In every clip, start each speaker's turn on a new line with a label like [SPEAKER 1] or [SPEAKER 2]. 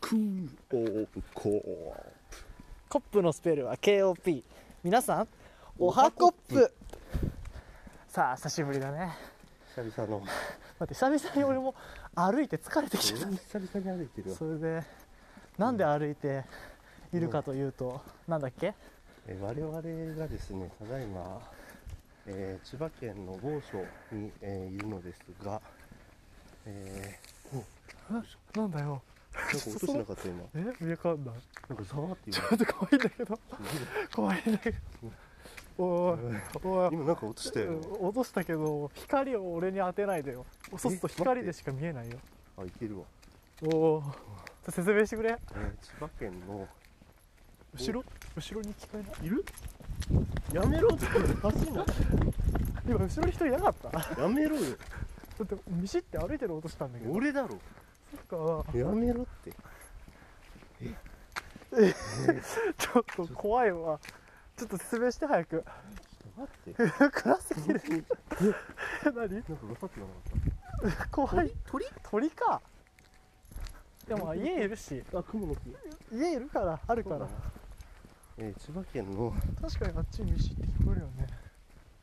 [SPEAKER 1] クーオブコープ
[SPEAKER 2] コップのスペルは KOP 皆さんおはコップさあ久しぶりだね
[SPEAKER 1] 久々の
[SPEAKER 2] 待って久々に俺も歩いて疲れてきちゃ
[SPEAKER 1] 久
[SPEAKER 2] った
[SPEAKER 1] 々に歩いてるわ
[SPEAKER 2] それでなんで歩いているかというと、なんだっけ
[SPEAKER 1] えー我々がですねただいま、えー千葉県の某所に、えーいるのですがえーお
[SPEAKER 2] なんだよ
[SPEAKER 1] なんか音しなかった今
[SPEAKER 2] え上かんない
[SPEAKER 1] なんかざわって
[SPEAKER 2] ち
[SPEAKER 1] 今
[SPEAKER 2] ょっと怖いんだけど怖いんだけどおいおい
[SPEAKER 1] 今なんか音したよね
[SPEAKER 2] 落としたけど光を俺に当てないでよそうすると光でしか見えないよ
[SPEAKER 1] あいけるわ、
[SPEAKER 2] おおー説明してくれ
[SPEAKER 1] えー千葉県の
[SPEAKER 2] 後ろ後ろに聞こえない
[SPEAKER 1] いるやめろって走るの
[SPEAKER 2] 今後ろに人いなかっただ
[SPEAKER 1] やめろよ
[SPEAKER 2] ってミシって歩いてる音したんだけど
[SPEAKER 1] 俺だろ
[SPEAKER 2] そっか
[SPEAKER 1] やめろって
[SPEAKER 2] ちょっと怖いわちょっと説明して早く
[SPEAKER 1] 待って
[SPEAKER 2] 暗すぎる何
[SPEAKER 1] なんかうるさくなか
[SPEAKER 2] 怖い
[SPEAKER 1] 鳥
[SPEAKER 2] 鳥かでも家いるし
[SPEAKER 1] ったあ雲の木
[SPEAKER 2] 家いるからあるから
[SPEAKER 1] えー千葉県の
[SPEAKER 2] 確かにあっちにミシって聞こえるよね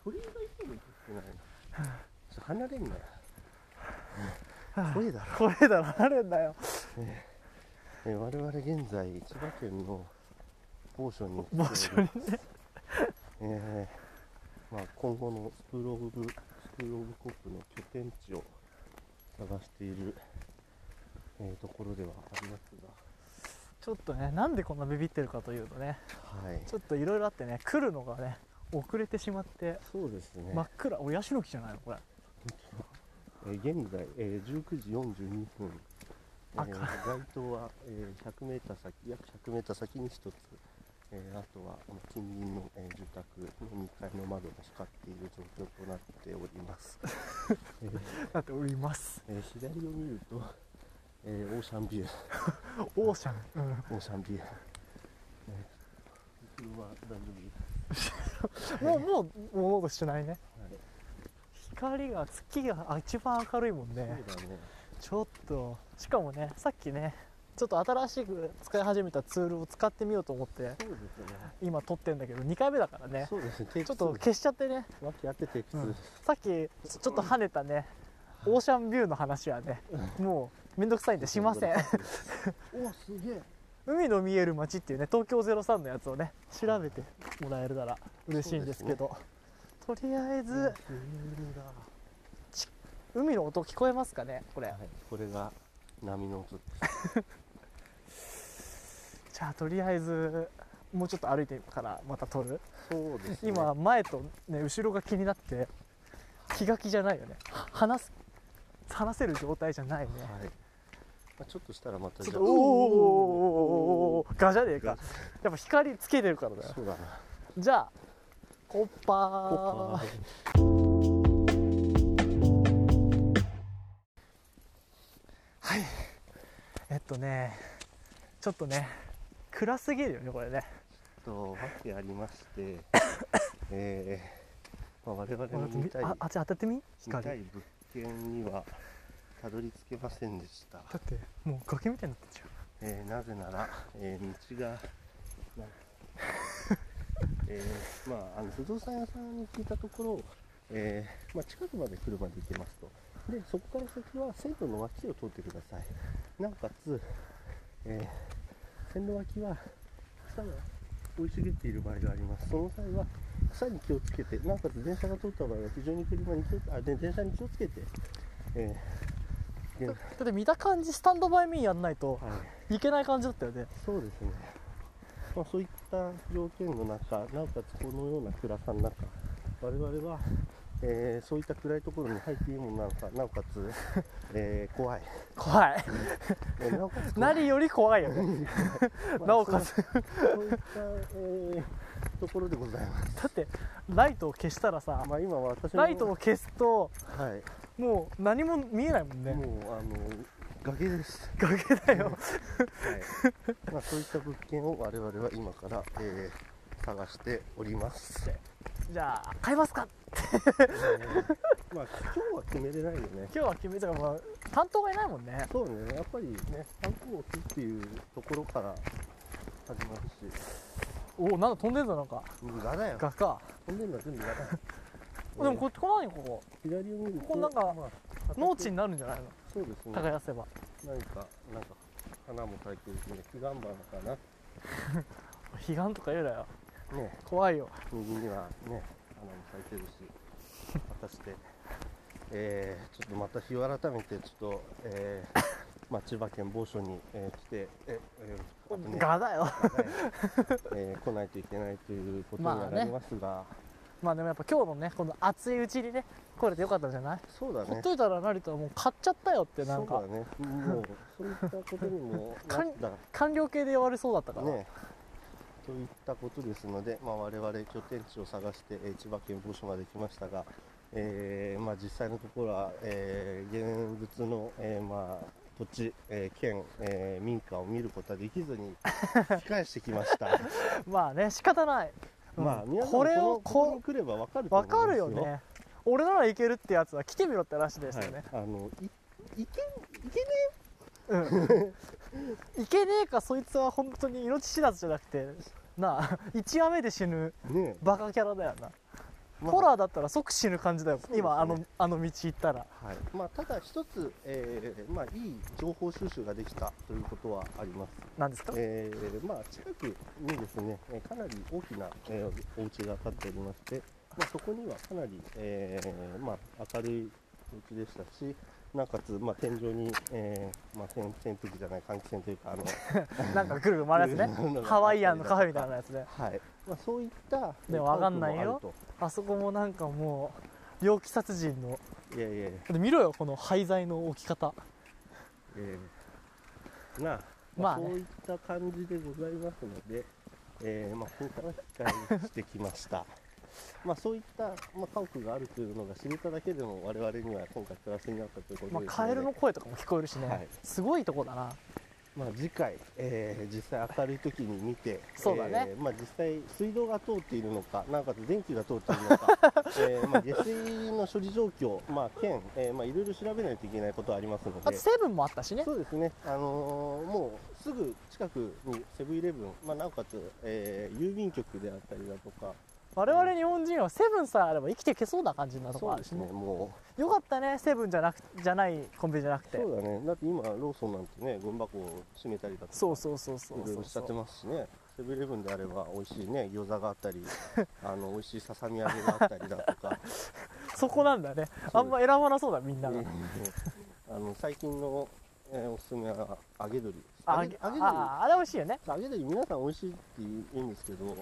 [SPEAKER 1] 鳥がいるのに聞こえないなちょっと離れんなよ声だろ、
[SPEAKER 2] これだろあるんだよ
[SPEAKER 1] えー我々現在千葉県の某所に
[SPEAKER 2] 場
[SPEAKER 1] 来
[SPEAKER 2] 所
[SPEAKER 1] てお
[SPEAKER 2] に
[SPEAKER 1] り
[SPEAKER 2] ね
[SPEAKER 1] えーまあ、今後のスクール・オブ・スクール・オブ・コップの拠点地を探している、えーところではあります
[SPEAKER 2] ちょっとねなんでこんなビビってるかというとね
[SPEAKER 1] がはい
[SPEAKER 2] ちょっといろいろあってね来るのがね遅れてしまって
[SPEAKER 1] そうですね、
[SPEAKER 2] 真っ暗おヤシの木じゃないのこれ
[SPEAKER 1] えー現在、えー19時42分、えー
[SPEAKER 2] 赤
[SPEAKER 1] 街灯は、えー100メーター先約100メーター先に1つ、えーあとはまあ近隣の、えー住宅の2階の窓が光っている状況となっており ます、えー
[SPEAKER 2] だって俺います
[SPEAKER 1] えー左を見ると、えーオーシャンビュー
[SPEAKER 2] オーシャン、うん
[SPEAKER 1] オーシャンビュー、えー後ろは大丈
[SPEAKER 2] もう、もう、物音しないね。
[SPEAKER 1] 夫
[SPEAKER 2] 光が、月があ一番明るいもん
[SPEAKER 1] はい
[SPEAKER 2] ね。
[SPEAKER 1] そうだね
[SPEAKER 2] ちょっと、しかもね、さっきね、ちょっと新しく使い始めたツールを使ってみようと思って、
[SPEAKER 1] そうですね
[SPEAKER 2] 今撮ってんだけど、2回目だからね。
[SPEAKER 1] そうですねテイ
[SPEAKER 2] ち
[SPEAKER 1] ク
[SPEAKER 2] ょっと
[SPEAKER 1] ツー
[SPEAKER 2] 消しちゃってね、
[SPEAKER 1] わけあってテイクツー
[SPEAKER 2] うんさっき、ちょちょっと跳ねたね、オーシャンビューの話はね、もう、めんどくさいんでしません。
[SPEAKER 1] おすげえ
[SPEAKER 2] 海の見える街っていうね、東京03のやつをね、調べてもらえるなら嬉しいんですけど、とりあえず、海の音聞こえますかね、これ
[SPEAKER 1] は。い、これが波の音です。
[SPEAKER 2] じゃあとりあえずもうちょっと歩いてからまた撮る
[SPEAKER 1] そうで
[SPEAKER 2] 今前とね後ろが気になって気が気じゃないよねは話す話せる状態じゃないね
[SPEAKER 1] はい。まあ、ちょっとしたらまた
[SPEAKER 2] ちょっ
[SPEAKER 1] じゃ
[SPEAKER 2] とお
[SPEAKER 1] あ
[SPEAKER 2] ーおーおーおーおーおーガじゃねえかやっぱ光つけてるからだよ
[SPEAKER 1] そうだな。
[SPEAKER 2] じゃあコッパー
[SPEAKER 1] こっ
[SPEAKER 2] えっとねちょっとね暗すぎるよねこれね
[SPEAKER 1] とわけありま して、えー、まあ我々
[SPEAKER 2] あ
[SPEAKER 1] の見たい
[SPEAKER 2] ああっち当たってみ
[SPEAKER 1] 見た
[SPEAKER 2] 光
[SPEAKER 1] い物件にはたどり着けませんでした。
[SPEAKER 2] だってもう崖みたいになってっちゃう
[SPEAKER 1] えー、なぜなら、えー、道がなんか えー、まああの不動産屋さんに聞いたところ、えーまあ、近くまで車で行けますとでそこから先は線路の脇を通ってくださいなおかつ、えー、線路脇は草が生い茂っている場合がありますその際は草に気をつけてなおかつ電車が通った場合は非常に車に気をあで電車に気をつけて、えー
[SPEAKER 2] だ
[SPEAKER 1] 現
[SPEAKER 2] だって見た感じスタンドバイミーやんないと
[SPEAKER 1] はい
[SPEAKER 2] いけない感じだったよね
[SPEAKER 1] そうですね、まあ、そういった条件の中、なおかつこのような暗さの中、我々は、えーそういった暗いところに入っていいものなのか、なおかつ、えー怖い、
[SPEAKER 2] 怖い
[SPEAKER 1] えーなおかつ怖い、
[SPEAKER 2] 何より怖いよね
[SPEAKER 1] まあ
[SPEAKER 2] なおかつ
[SPEAKER 1] そうそういった、えーところでございます。
[SPEAKER 2] だってライトを消したらさ
[SPEAKER 1] まあ、今は私も
[SPEAKER 2] ライトを消すと
[SPEAKER 1] は
[SPEAKER 2] もう何も見えないもん
[SPEAKER 1] い、
[SPEAKER 2] ね
[SPEAKER 1] もうあの崖です、
[SPEAKER 2] 崖だよ
[SPEAKER 1] はいまあ、そういった物件を我々は今から、えー探しております。
[SPEAKER 2] じゃあ買いますか
[SPEAKER 1] まあ今日は決めれないよね
[SPEAKER 2] 今日は決めたから、まあ、担当がいないもんね
[SPEAKER 1] そうねやっぱりねハンコを押すっていうところから始まるし
[SPEAKER 2] おおなんだ飛んでんぞなんか
[SPEAKER 1] 無駄だよ
[SPEAKER 2] 画か
[SPEAKER 1] 飛んでるのは全部無駄だよ
[SPEAKER 2] でもこっちこないここ
[SPEAKER 1] えー左を見ると
[SPEAKER 2] ここなんか
[SPEAKER 1] まあ
[SPEAKER 2] 農地になるんじゃないの
[SPEAKER 1] そうですねなんか
[SPEAKER 2] 耕せば
[SPEAKER 1] なんか花も咲いてるしね彼岸花かな
[SPEAKER 2] 彼岸とか言うなよ
[SPEAKER 1] ね
[SPEAKER 2] 怖いよ
[SPEAKER 1] 右にはね花も咲いてるし果たしてえー、ちょっとまた日を改めてちょっとえーまあ、千葉県某所に、えー来て、ええーあとね
[SPEAKER 2] ガだよ
[SPEAKER 1] えー来ないといけないということにはなりますが、
[SPEAKER 2] まあでもやっぱ今日のねこの暑いうちにね来れてよかったんじゃない、
[SPEAKER 1] そうだ
[SPEAKER 2] ほっ
[SPEAKER 1] ね
[SPEAKER 2] といたら成田はもう買っちゃったよってなん
[SPEAKER 1] そ
[SPEAKER 2] か
[SPEAKER 1] うだねもうそういったことにもな
[SPEAKER 2] かん
[SPEAKER 1] った
[SPEAKER 2] 官僚系で終わりそうだったから、
[SPEAKER 1] ねといったことですので、まあ、我々拠点地を探して、えー千葉県某所まで来ましたが、えーまあ、実際のところは、えー現物の、えーまあ、土地、えー県、えー民家を見ることはでき ずに引き返してきました
[SPEAKER 2] まあね仕方ない、うん
[SPEAKER 1] まあ皆さん
[SPEAKER 2] これを
[SPEAKER 1] このここ
[SPEAKER 2] こ
[SPEAKER 1] に来れば分かると
[SPEAKER 2] 分
[SPEAKER 1] 思います
[SPEAKER 2] かるよね俺ならいけるってやつは来てみろって話ですよね、
[SPEAKER 1] はい、あのいいけいけね
[SPEAKER 2] うんいけねえかそいつは本当に命知らずじゃなくてなあ一話目で死ぬ
[SPEAKER 1] ね
[SPEAKER 2] バカキャラだよな、
[SPEAKER 1] まあ
[SPEAKER 2] ホラーだったら即死ぬ感じだよ、
[SPEAKER 1] そうですね
[SPEAKER 2] 今あのあの道行ったら
[SPEAKER 1] はいまあ、ただ一つ、えーまあ、いい情報収集ができたということはあります、
[SPEAKER 2] なんですか、
[SPEAKER 1] えーまあ、近くにですねえーかなり大きな、えー、お家が建っておりまして、まあ、そこにはかなり、えーまあ、明るいお家でしたしなおかつ、まあ、天井に、えーまあ、扇扇風機じゃない換気扇というかあの、
[SPEAKER 2] なんかぐるぐる回るやつ
[SPEAKER 1] ぐるぐる回る
[SPEAKER 2] ね
[SPEAKER 1] やつ
[SPEAKER 2] ハワイアンのカフェみたいなやつね
[SPEAKER 1] はいまあ、そういった
[SPEAKER 2] でも
[SPEAKER 1] わ
[SPEAKER 2] わかんないよあそこもなんかもう猟奇殺人の
[SPEAKER 1] いやいやいや、
[SPEAKER 2] で見ろよこの廃材の置き方
[SPEAKER 1] えーなあま
[SPEAKER 2] ま
[SPEAKER 1] あ
[SPEAKER 2] あね
[SPEAKER 1] そういった感じでございますので、えーまあ、今回は控えしてきました まあそういった、まあ、家屋があるというのが知れただけでも我々には今回プラスになったということです
[SPEAKER 2] ま
[SPEAKER 1] の
[SPEAKER 2] あ、
[SPEAKER 1] で、
[SPEAKER 2] カエルの声とかも聞こえるしね、
[SPEAKER 1] はい
[SPEAKER 2] すごいとこだな
[SPEAKER 1] まあ、次回、えー実際明るい時に見て、
[SPEAKER 2] そうだね
[SPEAKER 1] えーまあ、実際水道が通っているのか、なおかつ電気が通っているの か、えーまあ、下水の処理状況、まあ、県、えーまあ、いろいろ調べないといけないことはありますの
[SPEAKER 2] あ
[SPEAKER 1] で
[SPEAKER 2] と、成分もあったしね
[SPEAKER 1] そうですね、あのーもうすぐ近くにセブンイレブン、まあ、なおかつ、えー郵便局であったりだとか、
[SPEAKER 2] 我々日本人はセブンさえあれば生きていけそうな感じなとこあるしね
[SPEAKER 1] も
[SPEAKER 2] よかったねセブンじゃなくじゃないコンビニじゃなく
[SPEAKER 1] う、
[SPEAKER 2] て
[SPEAKER 1] そうだね、だって今、ローソンなんてね、ゴミ箱を閉めたりだとか、
[SPEAKER 2] そうそうそうそう
[SPEAKER 1] いろいろ仕
[SPEAKER 2] そう
[SPEAKER 1] 立てますしね、セブンイレブンであれば、美味しいね、餃子があ ったり、あの美味しいささみ揚げがあったりだとか、
[SPEAKER 2] そこなんだねあんま選ばなそうだみんなが、
[SPEAKER 1] あの最近の、えーおすすめは揚げ鶏です
[SPEAKER 2] あ
[SPEAKER 1] 揚
[SPEAKER 2] あ
[SPEAKER 1] げ揚げ鶏
[SPEAKER 2] ああれ美味しいよね
[SPEAKER 1] 揚げ鶏、皆さん美味しいって言うんですけど、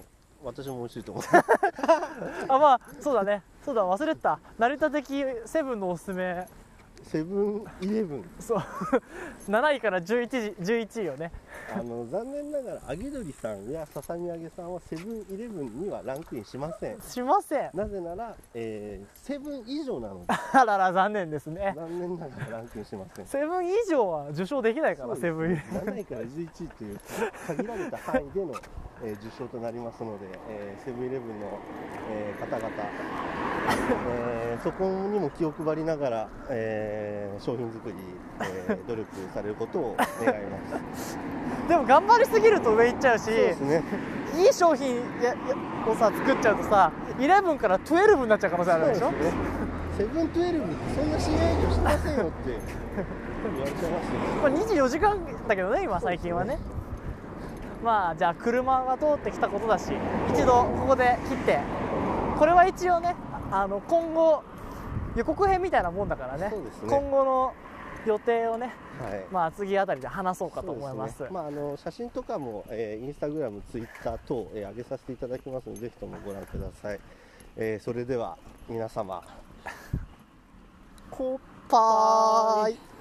[SPEAKER 1] 私も美味しい と思う。
[SPEAKER 2] あまあそうだねそうだ忘れてた成田的セブンのおすすめ
[SPEAKER 1] セブンイレブン
[SPEAKER 2] そう 7位から11時11位よね
[SPEAKER 1] あの残念ながら揚げ鶏さんやささみ揚げさんはセブンイレブンにはランクインしません
[SPEAKER 2] しません
[SPEAKER 1] なぜなら、えーセブン以上 なので
[SPEAKER 2] あらら残念ですね
[SPEAKER 1] 残念ながらランクインしません
[SPEAKER 2] セブン以上は受賞できないから
[SPEAKER 1] そう
[SPEAKER 2] セブン
[SPEAKER 1] ですね7位から11位という限られた範囲での、えー受賞となりますので、えーセブンイレブンの、えー方々、えーそこにも気を配りながら、えー商品作り、えー努力されることを願い ます
[SPEAKER 2] でも頑張りすぎると上行っちゃうし
[SPEAKER 1] そうですね
[SPEAKER 2] いい商品ややをさ作っちゃうとさ11から12になっちゃう可能性あるでしょ
[SPEAKER 1] そうですねセブントゥエルブそんな信用営業してませんよって言われちゃいますよね
[SPEAKER 2] まあ、24時間だけどね今最近はねまあじゃあ車が通ってきたことだし一度ここで切ってこれは一応ねああの今後予告編みたいなもんだからね
[SPEAKER 1] そうですね
[SPEAKER 2] 今後の予定をね、
[SPEAKER 1] はい
[SPEAKER 2] まあ、次あたりで話そうかと
[SPEAKER 1] そうで
[SPEAKER 2] 思います
[SPEAKER 1] ね、まああの写真とかも、えーインスタグラムツイッター等、えー上げさせていただきますのでぜひともご覧ください、えーそれでは皆様
[SPEAKER 2] コッパーイ
[SPEAKER 1] イ